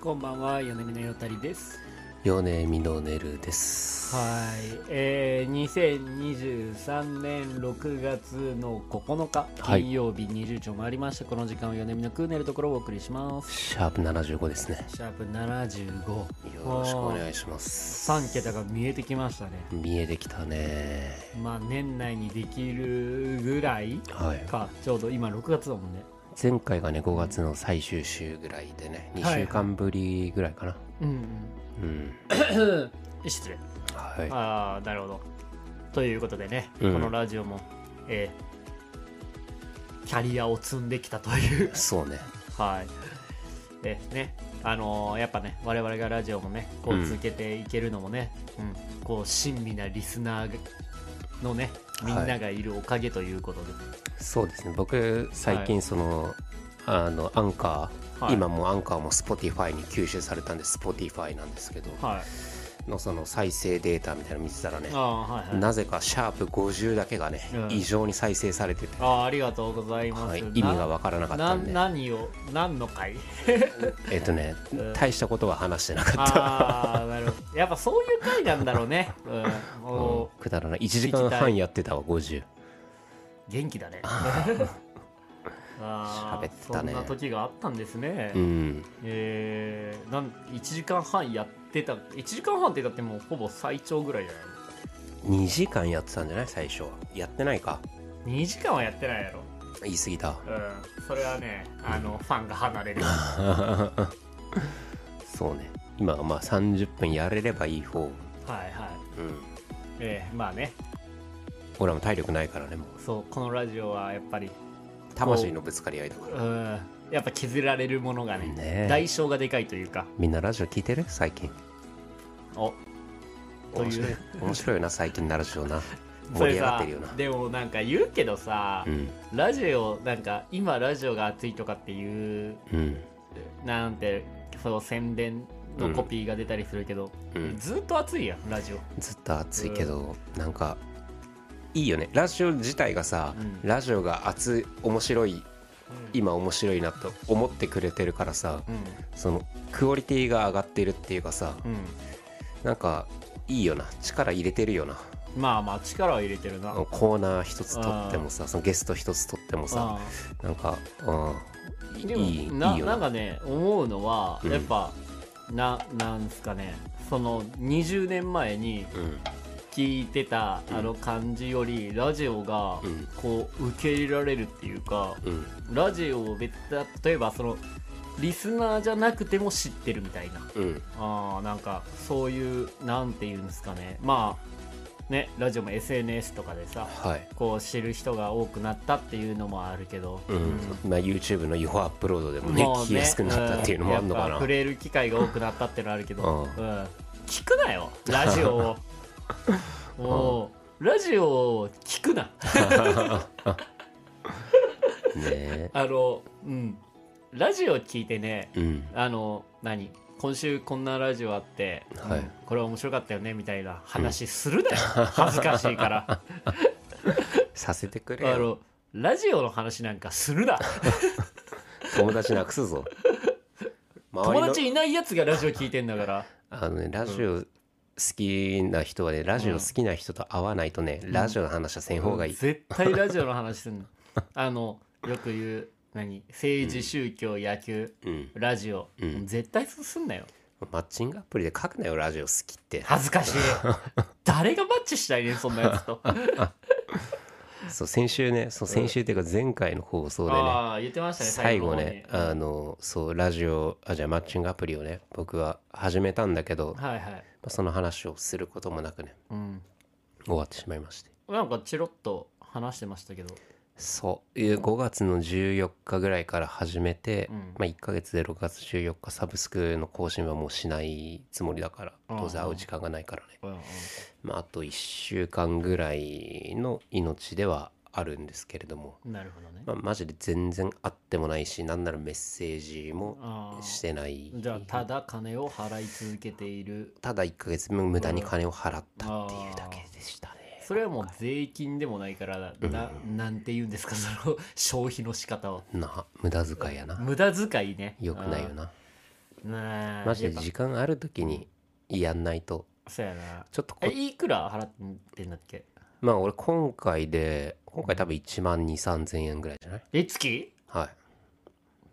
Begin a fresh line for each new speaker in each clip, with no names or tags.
こんばんは、米見のよたりです。
米ミノネルです。
はい、えー、2023年6月の9日、
はい
金曜日20時を回りました。この時間は米見のクーネルところをお送りします。
シャープ75ですね。
シャープ75。よ
よろしくお願いします。
3桁が見えてきましたね。
見えてきたね。
まあ、年内にできるぐらい
はい。
か、ちょうど今6月だもんね。
前回がね、5月の最終週ぐらいでね、2週間ぶりぐらいかな。
うん、
うん。
うん。失礼。あ
は
あ、なるほど。ということでね、
うん
このラジオも、えーキャリアを積んできたという
い。、そうね。
はい。でね、あのーやっぱね、我々がラジオもね、こ
う
うん続けていけるのもね、うん、こう、親身なリスナーのね、みんながいるおかげということで、
そうですね。僕、最近その、あの、アンカー、
はい
今もうアンカーも Spotify に吸収されたんで、Spotify なんですけど、
はい。
のその再生データみたいなの見てたらね
あ、あ、はいはい。
なぜかシャープ50だけがね、
うん
異常に再生されてて、
ああ、ありがとうございます。
はい
な
意味が分からなかったんで
な何を、何の 回
えっとね、
うん
大したことは話してなかった
ああ、なるほど。やっぱそういう回なんだろうね。 うん。もう
うんくだらない1時間半やってたわ50
元気だね。 あー
喋ってたね
そんな時があったんですね。
うん
えー、なん1時間半やってた1時間半ってだってもうほぼ最長ぐらいじゃな
2時間やってたんじゃない最初やってないか
い2時間はやってないやろ
言い過ぎた
うんそれはねあの、ファンが離 れる
そうね今はまあ30分やれればいい方
はいはい
うん
えー、まあね
俺はもう体力ないからねもう
そうこのラジオはやっぱり
魂のぶつかり合いだか
う
ら
んやっぱ削られるものがね
ねえ
代償がでかいというか
みんなラジオ聞いてる最近
おと
面
い
白いう面白いよな最近のラジオ な
そ
盛り
れ
上がっ
さ
てるよな
でもなんか言うけどさ、
うん
ラジオなんか今ラジオが熱いとかっていう
うん
なんてその宣伝のコピーが出たりするけど、
うん
ずっと熱いやんラジオ
ずっと暑いけど、なんかいいよねラジオ自体がさ、
うん
ラジオが熱い面白い今面白いなと思ってくれてるからさ
う
そのクオリティが上がってるっていうかさ
ん、
なんかいいよな力入れてるよな
うん、まあまあ力は入れてるな
コーナー一つ取ってもさそのゲスト一つ取ってもさ
あ
なんかうんい
で
い
も
いい
ない
いよ
な
なん
かね思うのは
うん
やっぱ、ななんですかねその20年前に
うん
聞いてた
うん
あの感じより、ラジオが
うん
こう受け入れられるっていうか
うん
ラジオを別例えばそのリスナーじゃなくても知ってるみたいな
うん
あーなんかそういうなんていうんですかねまあねラジオも SNS とかでさ
はい
こう知る人が多くなったっていうのもあるけど、
うんまあ YouTube の違法アップロードでもね
もう
聞きやすくなったっていうのもあるの
ん
か
やっぱ
な
触れる機会が多くなったっていうのはあるけど、
うん
うん聞くなよラジ オをもう、ラジオを聞くな
ねえ
あのうんラジオ聞いてね
うん
あの何今週こんなラジオあって、
はい
うんこれ面白かったよねみたいな話するなよ、恥ずかしいから
させてくれ
あ
よ
のラジオの話なんかするな
友達なくす ぞ周り
友
の
達いないやつがラジオ聞いてんだから
あのねラジオ好きな人はねラジオ好きな人と会わないとね、ラジオの話はせん方がいい、
絶対ラジオの話 すんのあのよく言う何政治宗教野球
うん
ラジオ、
うん
絶対すんなよ
マッチングアプリで書くなよラジオ好きって
恥ずかしい誰がマッチしたいねんそんなやつ と
そう先週ねそう先週っていうか前回の放送でね、
ああ言ってましたね
最
の
後
方に
ねあのそうラジオあじゃあマッチングアプリをね僕は始めたんだけど、ま
はいはい
あその話をすることもなくね
うん
終わってしまいまして
なんかチロッと話してましたけど
そういう5月の14日ぐらいから始めて、
うん
まあ、1ヶ月で6月14日サブスクの更新はもうしないつもりだから
うん
当然会う時間がないからね、
うんうん
まあ、あと1週間ぐらいの命ではあるんですけれども、
なるほどね、
まあ、マジで全然会ってもないしなんならメッセージも
あー
してない
じゃあただ金を払い続けている
ただ1ヶ月分無駄に金を払ったっていうだけでしたね
それはもう税金でもないからななんて言うんですかそ の消費の仕方を
な無駄遣いやな
無駄遣いね
良くないよな
あーねえ
マジで
やっぱ
時間ある時にやんないと
そうやな
ちょっとこ
えいくら払ってんだっけ
まあ俺今回で今回多分1万2 3 0 0 0円ぐらいじゃない
え月
はい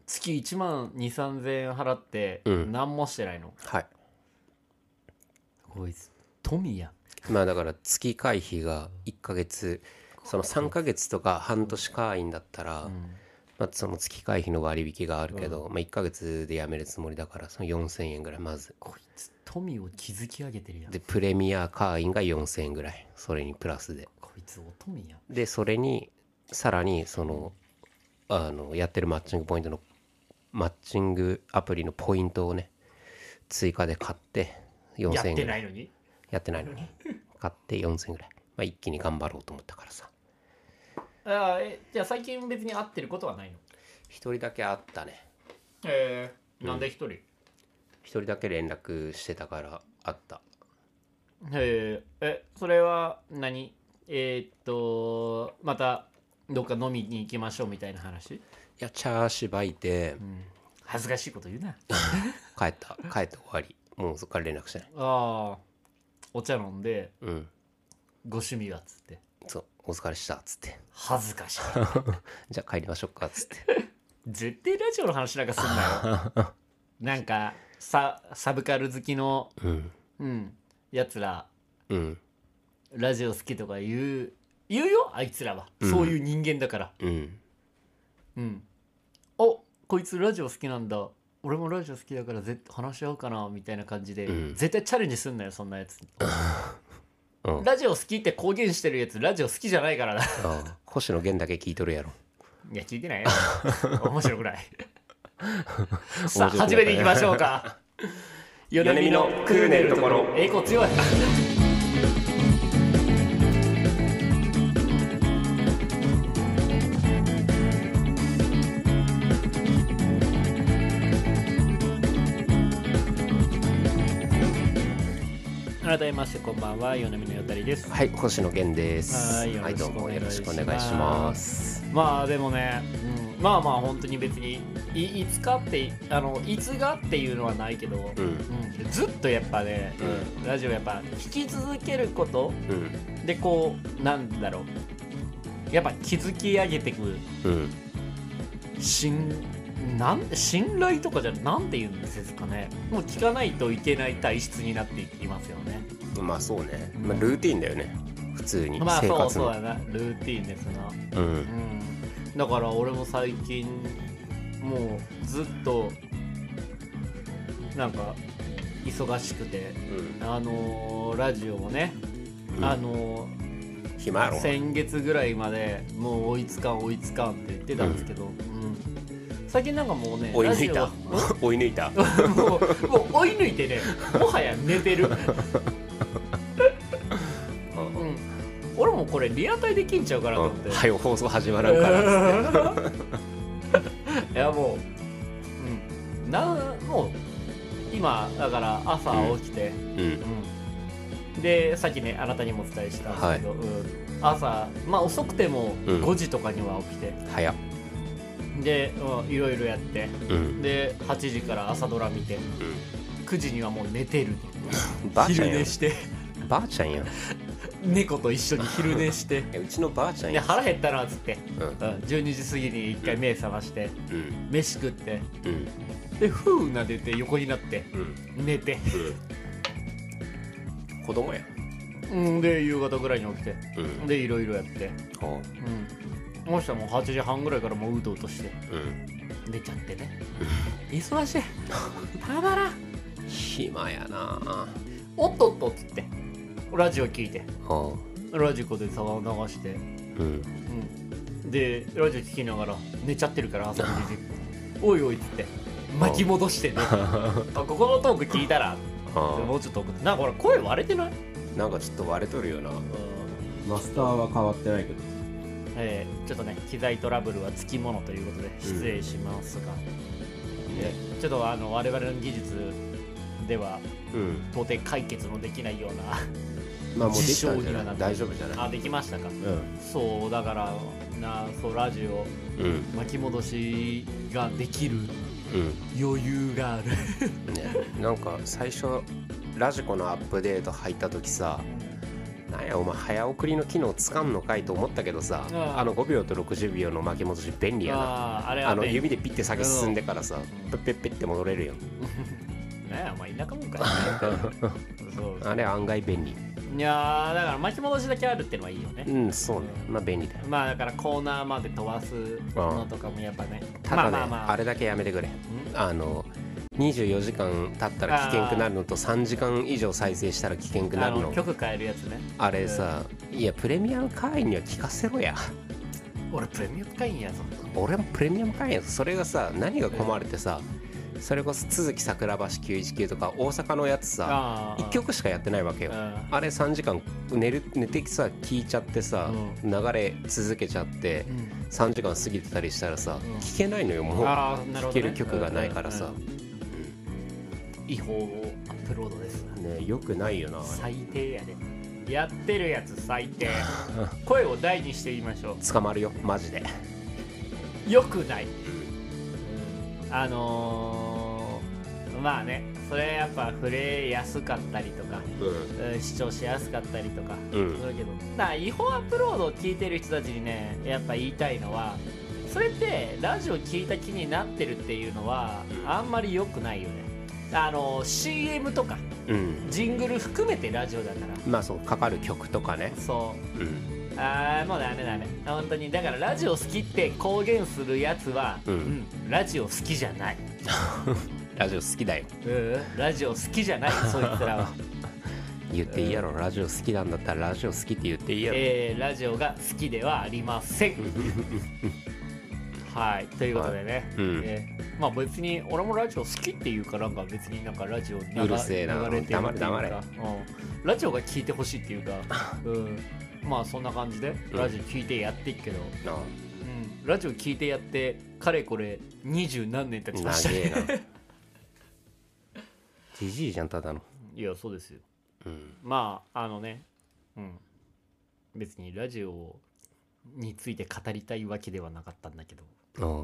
月1万2 3 0円払って
うん
何もしてないの、
はい
こいつ富やん
まあだから月会費が1ヶ月その3ヶ月とか半年会員だったら、
うん
まあ、その月会費の割引があるけど、まあ、1ヶ月で辞めるつもりだからその4000円ぐらいまず
こいつ富を築き上げてるやん
でプレミア会員が4000円ぐらいそれにプラスで
こいつお富やん
でそれにさらにそのあのやってるマッチングポイントのマッチングアプリのポイントをね追加で買って
や
4000
っ
円
て
ぐ
な
ら
い
い
のに
やってないのに買って4000円ぐらい、まあ、一気に頑張ろうと思ったからさ
ああえじゃあ最近別に会ってることはないの
一人だけあったね
ええなんで一人、へ
一人だけ連絡してたからあった
ええそれは何えーっとまたどっか飲みに行きましょうみたいな話、
いやチャーシュばいて
うん、恥ずかしいこと言うな
帰った帰って終わりもうそっから連絡してない
ああお茶飲んで
うん
ご趣味はっつって
そうお疲れしたっつ って
恥ずかしい
じゃあ帰りましょうかっつって
絶対ラジオの話なんかすんなよなんかササブカル好きの、
うん
うん、やつら
うん
ラジオ好きとか言う言うよあいつらは、
うん
そういう人間だから
うん
うんおこいつラジオ好きなんだ俺もラジオ好きだからぜ話し合おうかなみたいな感じで、
うん
絶対チャレンジすんなよそんなやつ、
うん
ラジオ好きって公言してるやつラジオ好きじゃないからない
ああ星野源だけ聞いとるやろ
や聞いてないよ面白くないさあ
面白くない
始めていきましょうか
米見の食うねるところ
英語強い改めましてこんばんは米見のよたりです
はい星野源です
はい
どうもよろしくお願いします
まあでもね、うん、まあまあ本当に別にいいつかってあのいつがっていうのはないけど、
う
うんんずっとやっぱね
うん
ラジオやっぱ聞き続けること
うん
でこうなんだろうやっぱ築き上げていく
うん
信なん信頼とかじゃなんて言うんですかねもう聞かないといけない体質になっていきますよね
まあそうね、まあ、ルーティンだよね普通に
まあ
生
そう
活
そう
の
だなルーティンですな
うん
うん、だから俺も最近もうずっとなんか忙しくて
うん
あのーラジオもね、
うん
あのー
暇やろ
先月ぐらいまでもう追いつかん追いつかんって言ってたんですけど、うん最近なんかもうね
追い抜いた
ラジ
追い抜い た
オもうもう追い抜いてねもはや寝てる、うん、俺もこれリアタイできんちゃうかなと思って、
はよ放送始まらんから
いやもう、うん、なんもう今だから朝起きて、
うん
うんでさっきねあなたにもお伝えしたんですけど、うん朝まあ遅くても
うん
5時とかには起きて、
早っ
で、うん、いろいろやって
うん
で8時から朝ドラ見て9時にはもう寝てる
うんばあちゃ
昼
んや
寝
ん
して
ばあちゃんやんい
猫と一緒に昼寝して
やうちのばあちゃん
で
やん
腹減ったなっつって、
うん
うん、12時過ぎに1回目覚まして
うん
飯食って
うん
でふうなでて横になって
うん
寝て
子供や
うん、で夕方ぐらいに起きて
うん
でいろいろやって
ほ
うんもしたらもう8時半ぐらいからもううとうとして
ううん
寝ちゃってね忙 しいたまらん
暇やな
おっとっとっつってラジオ聞いて
ほ
ラジコで騒を流して
ううん
うんでラジオ聞きながら寝ちゃってるから 朝9時おいおいっつって巻き戻してねあここのトーク聞いたらもうちょっと送ってなんかほら声割れてない
なんかちょっと割れとるよなマスターは変わってないけど
えーちょっとね機材トラブルはつきものということで失礼しますが、ねちょっとあの我々の技術では
うん
到底解決のできないよう
まあもうできたんじ
自
ゃ
称にはな
な
っ
い
て
大丈夫じゃ
な
ない
あできましたか
うん
そうだからなそうラジオ
うん
巻き戻しができる
うん
余裕がある
ねなんか最初ラジコのアップデート入った時さなんやお前早送りの機能つかんのかいと思ったけどさ
ああ
あの5秒と60秒の巻き戻し便利やな
あああれ
あ
は
の
ね
指でピッて先進んでからさ
ん
ペッペッペッって戻れるよ
ねえお前田舎もんかい そう
あれ案外便利
いやーだから巻き戻しだけあるってのはいいよね、
うんそうねまあ便利だよ
まあだからコーナーまで飛ばすのとかもやっぱね
ただね、
まあ
あ
まあまあ
れだけやめてくれ
ん
あの24時間経ったら危険くなるのと3時間以上再生したら危険くな
あ
る
の
の
曲変えるやつね
あれさいやプレミアム会員には聞かせろや
俺プレミアム会員やぞ
俺もプレミアム会員やぞそれがさ何が困るってさそれこそ都築桜橋919とか大阪のやつさ
あ
1曲しかやってないわけよ
うん
あれ3時間寝る寝てさ聞いちゃってさ、
う
流れ続けちゃって、
うん
3時間過ぎてたりしたらさ、
うん
聞けないのよもう
あーなるほ
聴
どね
ける曲がないからさ
うん、違法アップロードです
ねよくないよなあれ
最低やでやってるやつ最 低声を大にして言いましょ
捕まるよマジで
うよくないあのー、まあねそれやっぱ触れやすかったりとか
うん
うん視聴しやすかったりとか
うん
するけど、なあ違法アップロードを聞いてる人たちにねやっぱ言いたいのはそれってラジオ聞いた気になってるっていうのはあんまり良くないよねあの CM とか
うん
ジングル含めてラジオだから
まあそうかかる曲とかね
そう
うん
あーもうダメダメ本当にだからラジオ好きって公言するやつは、
うん
うんラジオ好きじゃない、
ラジオ好きだよ
うん、ラジオ好き じゃないそいつらは、
言っていいやろ、ラジオ好きなんだったらラジオ好きって言っていいやろ、
えーラジオが好きではありません はいということでね、
うん
えーまあ別に俺もラジオ好きっていうかなんか別になんかラジオ流
うるせえな
流れてるっていうか
黙れ黙
うん、ラジオが聞いてほしい っていうか、うん、まあそんな感じで
うん
ラジオ聞いてやっていくけど、
なあ
うん、ラジオ聞いてやってかれこれ二十何年経ちました
長え
ね
な じじいじゃんただの
いやそうですよ
うん
まああのねうん別にラジオについて語りたいわけではなかったんだけど
お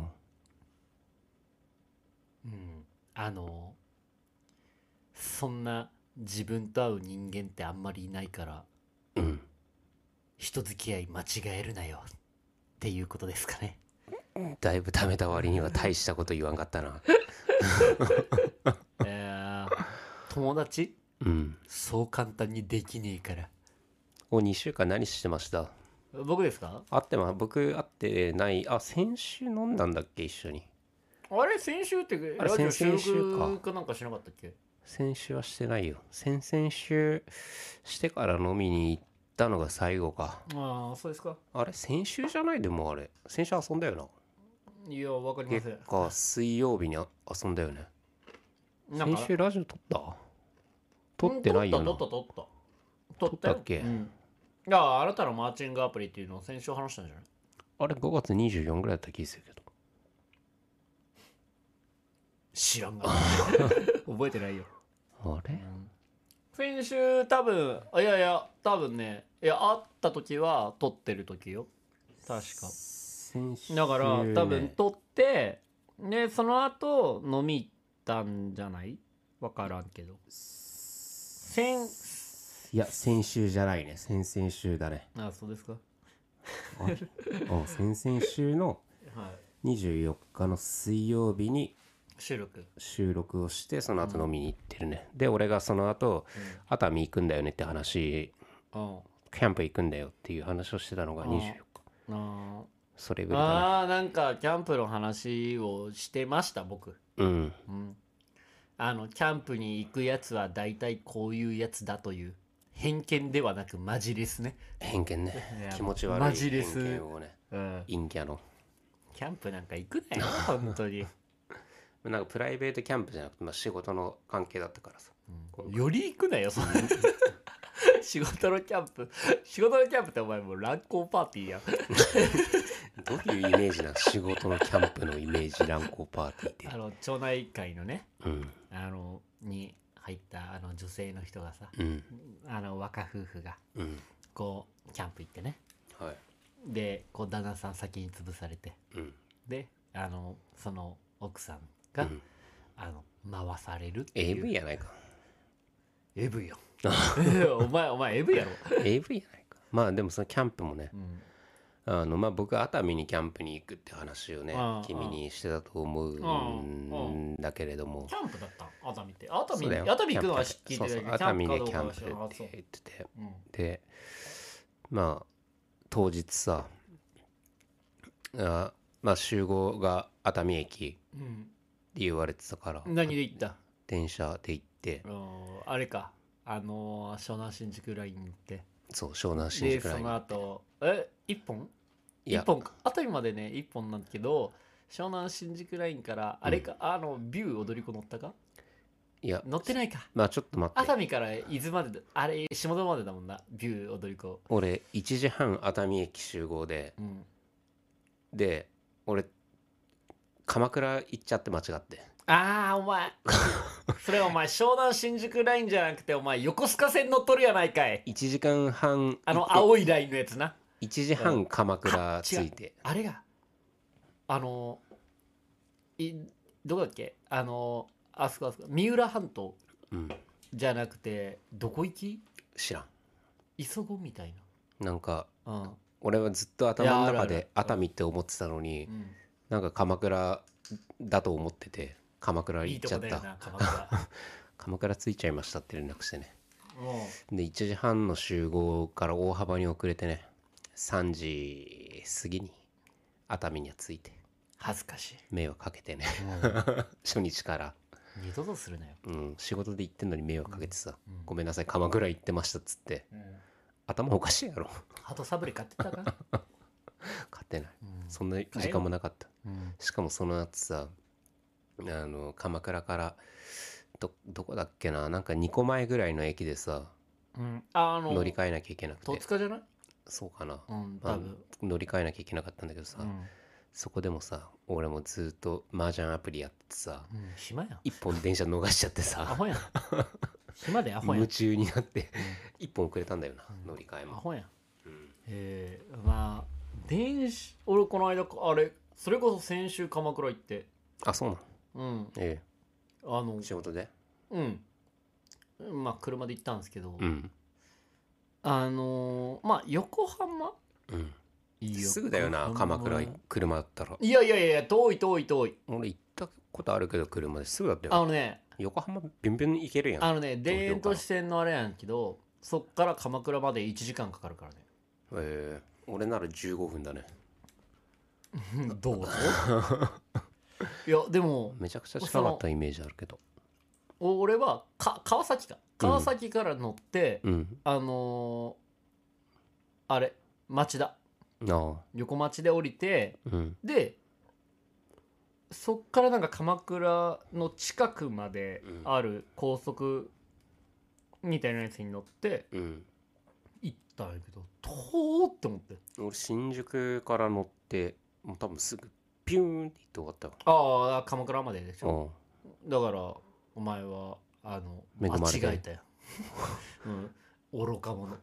う
う
んあのそんな自分と会う人間ってあんまりいないから
うん
人付き合い間違えるなよっていうことですかね
だいぶ貯めた割には大したこと言わんかったな。
えー友達
うん。
そう簡単にできねえから
お、2週間何してました
僕ですか
会ってま、僕会ってない。あ、先週飲んだんだっけ一緒に。
あれ先週って
あれ
ラジオ
先々
収
週か
録かなんかしなかったっけ
先週はしてないよ。先々週してから飲みに行ったのが最後か。
ああそうですか
あれ先週じゃないでもあれ。先週遊んだよな。
いやわかりませ
結
ん
果、水曜日にあ遊んだよね。
なん
先
か
週ラジオ撮った撮ってないよ
うん
な。
撮った撮った撮った撮った
撮ったっけ
うん、いやあなたのマーチングアプリっていうのを先週話したんじゃない
あれ5月24ぐらいだった気がするけど。
知らんが 覚えてないよ
あれ
先週多分あいやいや多分ねいや会った時は撮ってる時よ確か
先週
だから
ね
多分撮ってでその後飲み行ったんじゃないわからんけど先
いや、先週じゃないね。先々週だね。
あそうですか
あうん先々週の
はい
24日の水曜日に
収録
収録をして、その後飲みに行ってるね。で、俺がその後、熱海行くんだよねって話、
うん
キャンプ行くんだよっていう話をしてたのが24日。
あ
それ
ー
ぐらいか
あーなんかキャンプの話をしてました僕
な。うん。
うんあのキャンプに行くやつは大体こういうやつだという偏見ではなくマジレスね
偏見ね
や。
気持ち悪い。
マジレス
偏見をね。
うん
陰キャの。
キャンプなんか行くなよ本当に
なんかプライベートキャンプじゃなくて、まあ、仕事の関係だったからさ。
より行くなよそんな 仕事のキャンプ仕事のキャンプってお前もう乱行パーティーやん
どういうイメージなの仕事のキャンプのイメージ乱行パーティーって
あ。の町内会のね
うん。
あのに入ったあの女性の人がさ
うん。
あの若夫婦が
うん。
こうキャンプ行ってね
はい。
でこう旦那さん先に潰されて
うん。
であのその奥さんが、
うん
あの回されるっていう
AV やないか
AV よ お前お前 AV やろ、
AV やないかまあでもそのキャンプもね
うん
あのまあ僕は熱海にキャンプに行くって話をね
ああ
君にしてたと思うんだけれども
キャンプだった熱海って熱海
そうだよ
熱海行くのは
キャン
聞
プ
いてるけ
そうそう
ど
熱海
か
に
どう
キ
か
ャン
は知らなかっ
プ
た
って言ってて
うん
でまあ当日さあまあ集合が熱海駅って言われてたから
うん、何で行った
電車で行って
うんあれかあのー湘南新宿ラインって
そう湘南新
で
宿
そ
ライン
の後え一本
いや
一本か熱海までね一本なんだけど湘南新宿ラインからあれか、あのビュー踊り子乗ったか
いや
乗ってないか
まあちょっと待って
熱海から伊豆までだあれ下田までだもんなビュー踊り子
俺1時半熱海駅集合で
うん
で俺鎌倉行っちゃって間違って
ああお 前それお前湘南新宿ラインじゃなくてお前横須賀線乗っとるやないかい
1時間半
あの
行っ
青いラインのやつな
て1時半鎌倉着いて
あれがあのいどこだっけあのあそこあそこ三浦半島
うん
じゃなくてどこ行き
知らん
磯子みたい
なんか
なうん
俺はずっと頭の
いやあ
中
るあ
で
る
熱海って思ってたのになんか鎌倉だと思ってて鎌倉
いい
行っ
と
ちゃ
こ
っ
だよ
た
な鎌倉
鎌倉着いちゃいましたって連絡してね
も
で1時半の集合から大幅に遅れてね3時過ぎに熱海には着いて
う恥ずか しい
迷惑かけてね
も
初日から、
う二度とするなよ、
うん、仕事で行ってんのに迷惑かけてさ
うん
「ごめんなさい鎌倉行ってました」っつって頭おかしいやろ
鳩サブレー買ってたか、
勝てない
うん
そんな時間もなかった
うん
しかもその後さあの鎌倉からどどこだっけななんか2個前ぐらいの駅でさ
うん、あの
乗り換えなきゃいけなく
戸
て
塚じゃない
そうかな、
うん
ま
多
あ
分、、
乗り換えなきゃいけなかったんだけどさ、
うん
そこでもさ俺もずっと麻雀アプリやってさ
うん、暇やん
一本電車逃しちゃって
ア
さ
ホ やん暇でアホやん
夢中になって一本遅れたんだよな
うん
乗り換え
ア
も
ホやん
うん
えー、まあ電子俺この間あれそれこそ先週鎌倉行って
あそうなの
うん
え
あの
え仕事で
うんまあ車で行ったんですけど、
うん
あのーまあ横浜
うんすぐだよな
横浜
鎌倉車だったら
いやいやいや遠い遠い遠い
俺行ったことあるけど車ですぐだった
あ
よ
のね
横浜ビュンビュン行けるやん
あのね田園都市線のあれやんけどそっから鎌倉まで1時間かかるからね
ええ俺なら15分だね
どうぞいやでも
めちゃくちゃ近かったイメージあるけど
お俺はか川崎か川崎から乗って、
うん
あのーあれ町田
ああ
横町で降りて
うん
でそっからなんか鎌倉の近くまである高速みたいなやつに乗って
うん
行ったんやけど遠ーって思って
俺新宿から乗ってもう多分すぐピューンって行って終わったわ
ああ鎌倉まででしょ
うん
だからお前はあの
恵ま
間
れてる
違えたよ、 うん、愚か者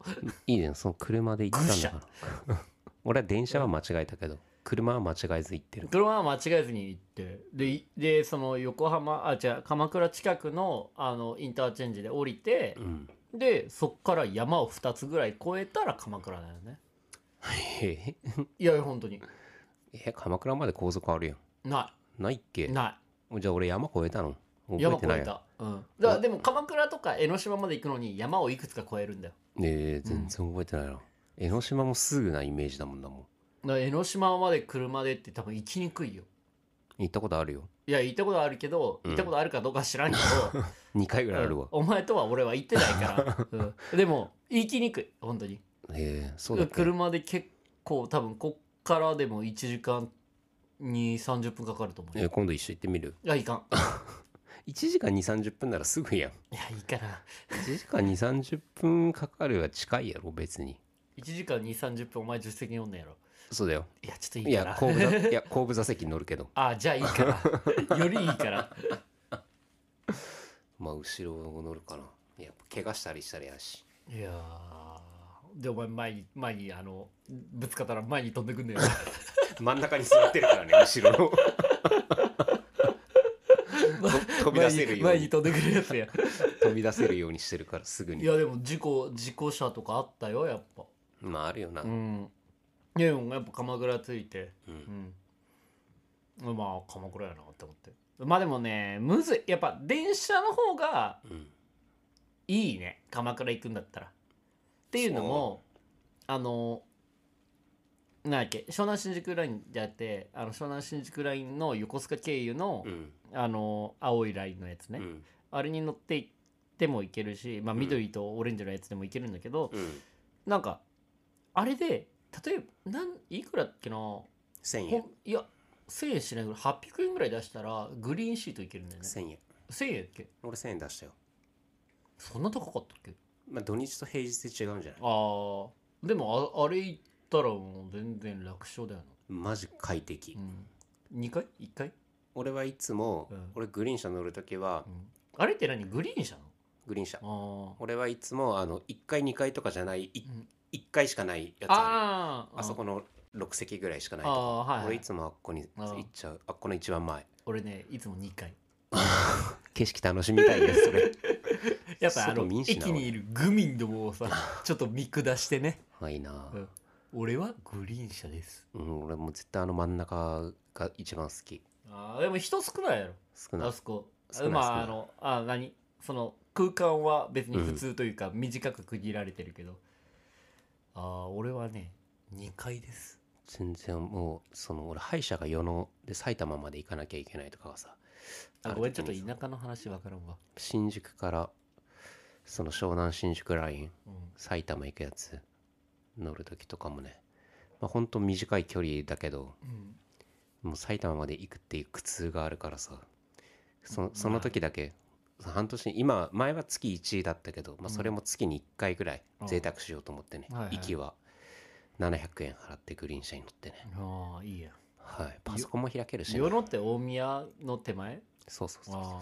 いいねその車で行ったんだから 俺は電車は間違えたけど車は間違えず行ってる
車は間違えずに行ってでいでその横浜あ違う鎌倉近くのあのインターチェンジで降りて
う、ん
でそっから山を2つぐらい越えたら鎌倉だよね
え
いや本当に
え鎌倉まで高速あるや
なん
ないっけ
いな
じゃあ俺山越えたの
い
覚え
山
て
越
ない
え
や
た、うん、だからでも鎌倉とか江ノ島まで行くのに山をいくつか越えるんだよ
えー全然覚えてないな、江ノ島もすぐなイメージだもんだも
だから江ノ島まで車でって多分行きにくいよ
ん行ったことあるよ
いや行ったことあるけど
うん
行ったことあるかどうか知らんけど、
2回ぐらいあるわ
うんお前とは俺は行ってない から、うんでも行きにくい本当に
えー、そうだっけ
車で結構多分こっからでも1時間に30分かかると思う
え
よ
ー今度一緒行ってみる
いやいかん
1時間2 3 0分ならすぐやん
いやいいかな
1時間2 3 0分かかるは近いやろ別に
1時間2 3 0分お前助手席におんねやろ
そうだよ
いやちょっとい
い
いか
や
な
後部座いや後部座席に乗るけど
あじゃあいいからよりいいから
まあ後ろを乗るかなやっぱ怪我したりしたりやし
いやーでお前前に前にあのぶつかったら前に飛んでくんねやろ
真ん中に座ってるからね後ろの 飛び出せるよう
前に
に
飛んでくるやつや
飛び出せるようにしてるからすぐ
い
に
やでも事故事故車とかあったよやっぱ
まああるよな、
うんいやでもやっぱ鎌倉ついて
うん
うんまあ鎌倉やなって思ってまあでもねむずいやっぱ電車の方が
うん
いいね鎌倉行くんだったらっていうのもあのなんだっけ湘南新宿ラインであってあの湘南新宿ラインの横須賀経由の,、
うん
あの青いラインのやつ
う
ね、
ん
あれに乗って行っても行けるし、まあ、
うん
緑とオレンジのやつでも行けるんだけど、
うん
なんかあれで例えばなんいくらだっけなほ
1000
ん
円
いや1000円しないぐらい800円ぐらい出したらグリーンシート行けるんだよね
1000円
1000円だっけ
俺1000円出したよ
そんな高かったっけ
まあ土日と平日で違うんじゃな
あ
い
あでもああれ行ったらもう全然楽勝だよ
マジ快適、
な、うん、2回 ?1 回、
俺はいつも、
うん
俺グリーン車乗るときは
うん、あれって何グリーン車
グリーン車
のあー
俺はいつもあの1階2階とかじゃないい
うん
1階しかないやつある
あー
あそこの6席ぐらいしかないと
あ
こ
あはい、は
俺い
い、
つもあっこに
あー
行っちゃうあっこの一番前
俺ねいつも2回
景色楽しみたいですそ れ
やっぱあ
外
の
民主な
駅にいるグミンどもをさちょっと見下してね、
はいな
うん俺はグリーン車です
うん俺もう絶対あの真ん中が一番好き
あーでも人少ないやろ、
少な
あ
い
そこ
少ない
ま
少な
あ
い
あのあ何その空間は別に普通というか短く区切られてるけど、ああ俺はね2階です
全然もうその俺歯医者が世ので埼玉まで行かなきゃいけないとかがさ
あ
あ
ごめんちょっと
いい
田舎の話わからんわ、
新宿からその湘南新宿ライン
うん、
埼玉行くやつ乗る時とかもね、まあ、ほんと短い距離だけどもう埼玉まで行くっていう苦痛があるからさそその時だけ、半年今前は月1だったけど、まあ、それも月に1回ぐらい
うん
贅沢しようと思ってね、
はいはい
行きは700円払ってグリーン車に乗ってね、
ああいいや
はい、パソコンも開けるしね、
世野って大宮の手前
そうそうそうそう
あ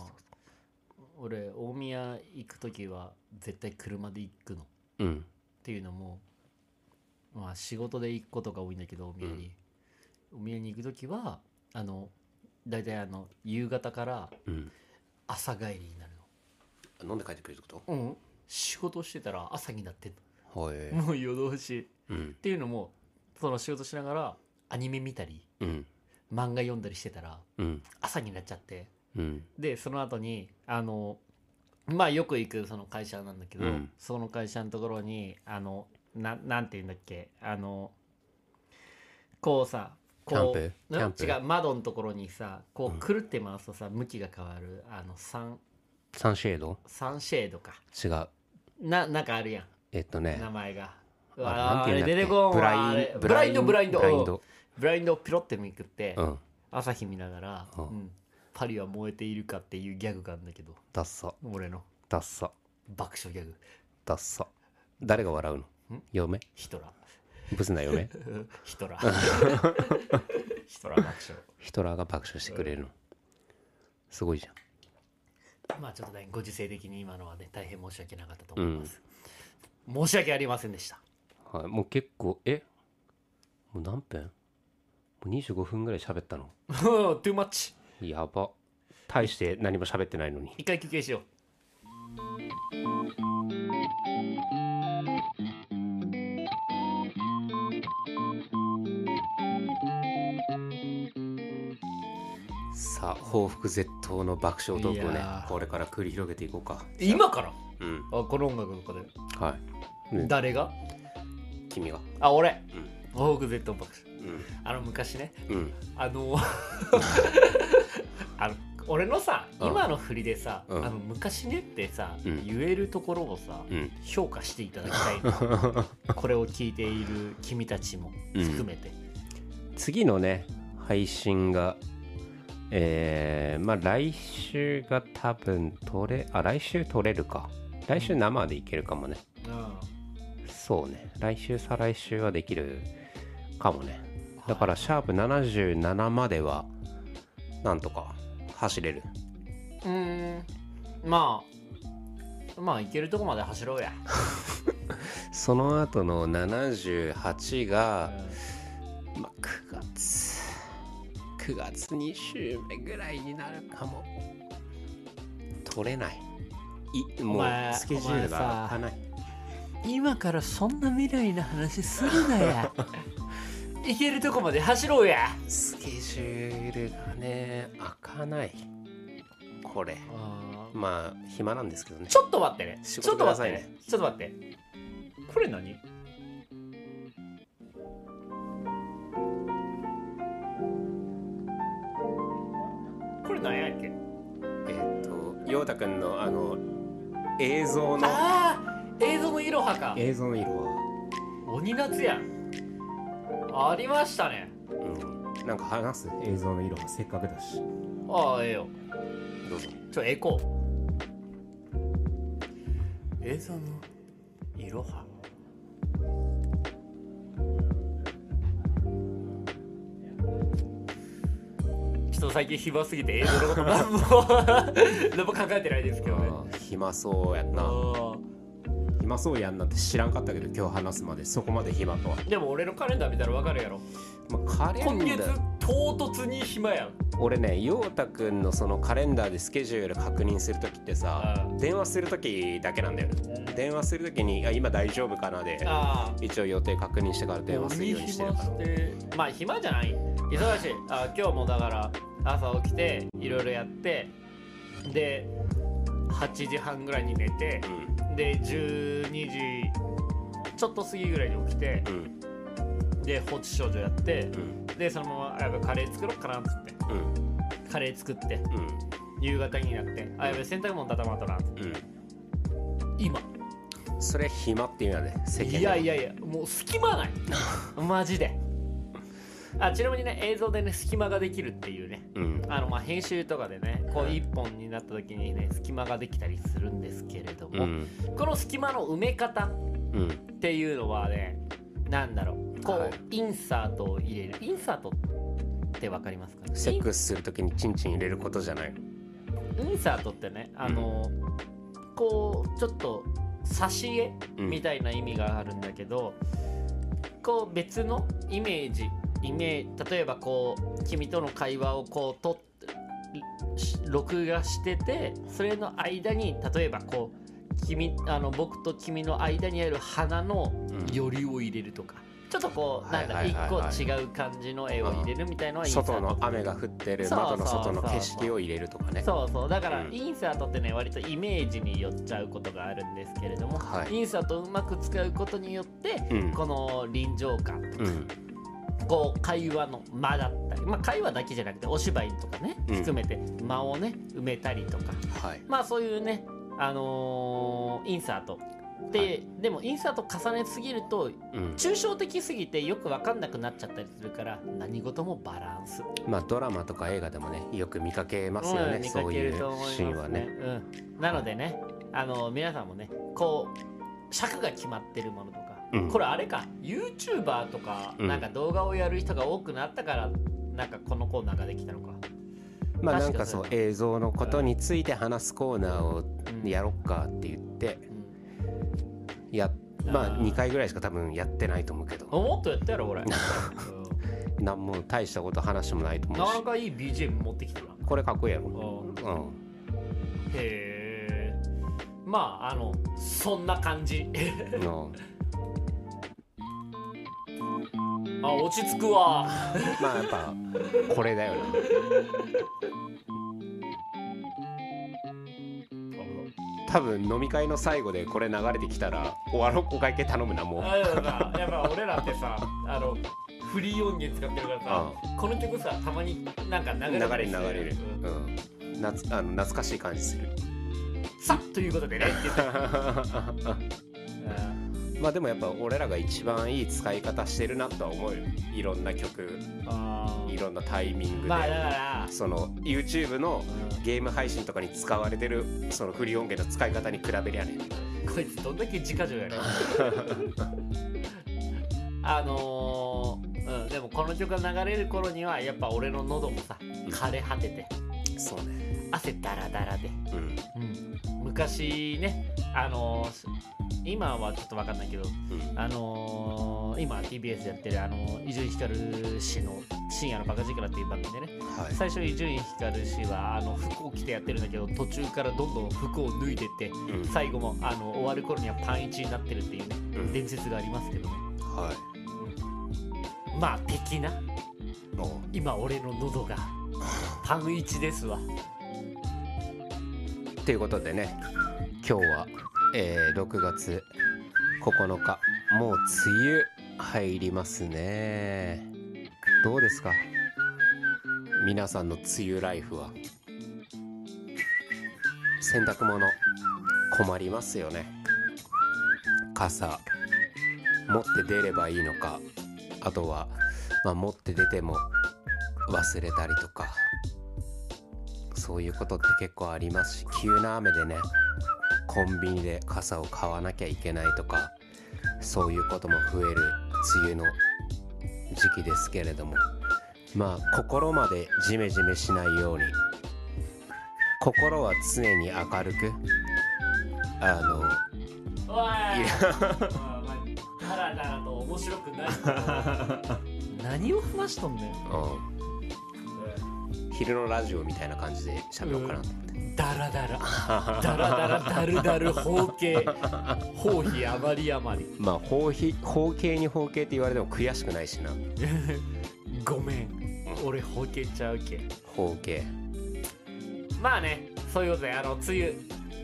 俺大宮行く時は絶対車で行くのっ
そううん
ていうのもまあ仕事で行くことが多いんだけど大宮に、大宮に行く時はあの大体あの夕方から
うん
朝帰りになる
飲んで帰ってくるってこ
のうん仕事してたら朝になってん
とはい
のもう夜通し
うん
っていうのもその仕事しながらアニメ見たり
うん
漫画読んだりしてたら
うん
朝になっちゃって
うん
でその後にあのまあよく行くその会社なんだけど、
うん
その会社のところにあのななんて言うんだっけあのこうさこう
キャンプ
ん
キャンプ
違う窓のところにさこ
うん
うくるって回すとさ、向きが変わるあのサン
サンシェード
サンシェードか
違う
ななんかあるやん
えっとね
名前が。う
あれ
わあ
なん
れ
て
出
い
て
う
こ
んだっけ
ん
ブラ
わあれ
イン
ブラインドブラインド
ブラインド
ブラインドをピロってめくって、
うん
朝日見ながら、
う
う
ん
んパリは燃えているか」っていうギャグがあるんだけど
ダッサ
俺の
ダッサ
爆笑ギャグ
ダッサ誰が笑うの
ん
嫁
ヒトラ
ブスな嫁
ーヒトラー ヒトラー爆
ヒトラーが爆笑してくれるのすごいじゃん
笑まあちょっとねご時世的に今のはね大変申し訳なかったと思います、申し訳ありませんで した
はい、もう結構えもう何分もう25分ぐらい喋ったの
トゥーマッチ
やば大して何も喋ってないのに
一回休憩しよう
さあ報復絶倒の爆笑トークを
い
ね
やー
これから繰り広げていこうか
今から
うん
あこの音楽の中で
はい、ね
誰が
君が
あ俺
うん
ホークゼット爆笑
うん
あの昔ね
うん
あ のあの俺のさ
うん
今の振りでさ、
うん
あの昔ねってさ、
うん
言えるところをさ、
うん
評価していただきたいの これを聞いている君たちも含めて、
次のね配信がえー、まあ来週が多分撮れあ来週撮れるか来週生でいけるかもねそうね来週再来週はできるかもねだからシャープ77まではなんとか走れる
うーんまあまあいけるとこまで走ろうや、
その後の78が、
う
まあ、9月9月2週目ぐらいになるかも取れないい
お
も
前
うスケジュールが開かない
今からそんな未来の話するな や行けるとこまで走ろうや
スケジュールがね開かないこれまあ暇なんですけどね
ちょっと待ってね
仕
ちょ
事
っ
く
と
だ
待っ
さ
て
いね
ねちょっと待ってこれ何これ何やっけ
えっと陽太くんのあの映像の
ああ映像のいろはか
映像の色は、
鬼夏やんありましたね
うん、なんか話す映像の色はせっかくだし
ああええよ
どうぞ
ちょエコー映像のいろはちょっと最近暇すぎて映像のこと何も何も考えてないですけどね
あー暇そうやんな
あ
暇そうやんなって知らんかったけど今日話すまでそこまで暇とは、
ーでも俺のカレンダー見たらわかるやろ
まあ、カレ
今
ン
月
ダー
唐突に暇やん
俺ね陽太くんのそのカレンダーでスケジュール確認する時ってさ
う
電話する時だけなんだよね電話する時にあ今大丈夫かなで
ああ
一応予定確認してから電話するようにしてるから
まあ暇じゃない忙しいあ今日もだから朝起きていろいろやってで8時半ぐらいに寝てで12時ちょっと過ぎぐらいに起きて
うんうん
で放置少女やって
うん
でそのままあやべカレー作ろうかなっつって
うん
カレー作って
うん
夕方になってあやべ洗濯物畳まんとな
う
今
んそれ暇っていうのはね世間ではい
やいやいやもう隙間 ないマジであちなみにね映像でね隙間ができるっていうね
うん
あのまあ編集とかでねこう
はい
一本になった時にね隙間ができたりするんですけれど
う
も、
ん
この隙間の埋め方っ
うん
ていうのはねなんだろうこう、
はい
インサートを入れるインサートってわかりますか
セッ
イ
クスするときにチンチン入れることじゃないの
ンインサートってねあの、こうちょっと挿絵
うん
みたいな意味があるんだけど、こう別のイメージイメージ例えばこう君との会話をこう撮ってし録画しててそれの間に例えばこう君あの僕と君の間にある花の
うん
よりを入れるとか、ちょっとこう
は
ないん
は
だ
い
一
はい
個
はい
違う感じの絵を入れるみたいのはいい
外の雨が降ってる
そうそう
窓の外の景色を入れるとかね
そうそうだから
うん
インサートってね割とイメージによっちゃうことがあるんですけれども、
はい
インサートをうまく使うことによって、
うん
この臨場感
うん
こう会話の間だったり、まあ、会話だけじゃなくてお芝居とかね
うん
含めて間をね埋めたりとか
はい
まあそういうねあのーインサートで、
はい
でもインサート重ねすぎると
うん
抽象的すぎてよく分かんなくなっちゃったりするから何事もバランス
まあドラマとか映画でもねよく見かけますよ
う
ね
ん見か
そう
け
い
る
うシ
と思います
ーンはね
うん、なのでねあの皆さんもねこう尺が決まってるものとか、
うん
これあれか YouTuber とか、
うん
なんか動画をやる人が多くなったからなんかこのコーナーができたのか、
まあな
確
ん
か
かそう映像のことについて話すコーナーを
うん
やろっかって言って
うん
やま
あ
あ
ー
2回ぐらいしか多分やってないと思うけど
もっとやったや ろ俺、うん
何も大したこと話もないと思
な
う
かな
し
かいい BGM 持ってきたな
これかっこいいや
う
ろ
ん
うん
へえまああのそんな感じ
うん
あ落ち着くわ
まあやっぱこれだよね多分飲み会の最後でこれ流れてきたら終わろうお会計頼むなもう
あでもさやっぱ俺らってさあのフリー音源使ってるからさ、この曲さたまになんか流れ
流
た
れ
り
に
す
流
る
れる、うん、懐あの懐かしい感じする
さあということでねって言って
まあでもやっぱ俺らが一番いい使い方してるなとは思うよいろんな曲
あ
いろんなタイミングで、
まあだから
その YouTube のゲーム配信とかに使われてるそのフリー音源の使い方に比べりゃね
こいつどんだけ自家薯 やねんあのーうん、でもこの曲が流れる頃にはやっぱ俺の喉もさ枯れ果てて
そうね
汗だらだらで、
うん
うん、昔ねあのー今はちょっと分かんないけど
うん
あのー今 TBS でやってるあの伊集院光氏の「深夜のバカ力」っていう番組でね
はい
最初伊集院光氏はあの服を着てやってるんだけど途中からどんどん服を脱いでって
うん
最後もあの終わる頃にはパンイチになってるっていうね
うん
伝説がありますけどね
はい
まあ的な
お
今俺の喉がパンイチですわ
ということでね今日は、えー6月9日もう梅雨入りますねどうですか皆さんの梅雨ライフは洗濯物困りますよね傘持って出ればいいのかあとは、まあ、持って出ても忘れたりとかそういうことって結構ありますし急な雨でねコンビニで傘を買わなきゃいけないとかそういうことも増える梅雨の時期ですけれどもまあ心までジメジメしないように心は常に明るくあの
おい
い
ダラダラと面白く ない何を話しとんねん
うん、昼のラジオみたいな感じで喋ろうかなと思って、
ダラダラ ダラダラダルダル包茎包皮余り余り
まあ包皮包茎に包茎って言われても悔しくないしな
ごめん俺包茎ちゃうけ
包茎
まあねそういうことであの梅雨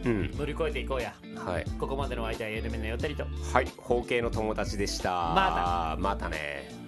うん
乗り越えていこうや
はい
ここまでのお相手はエルメンのよったりと
はい、包茎の友達でした。
ま
た。またね。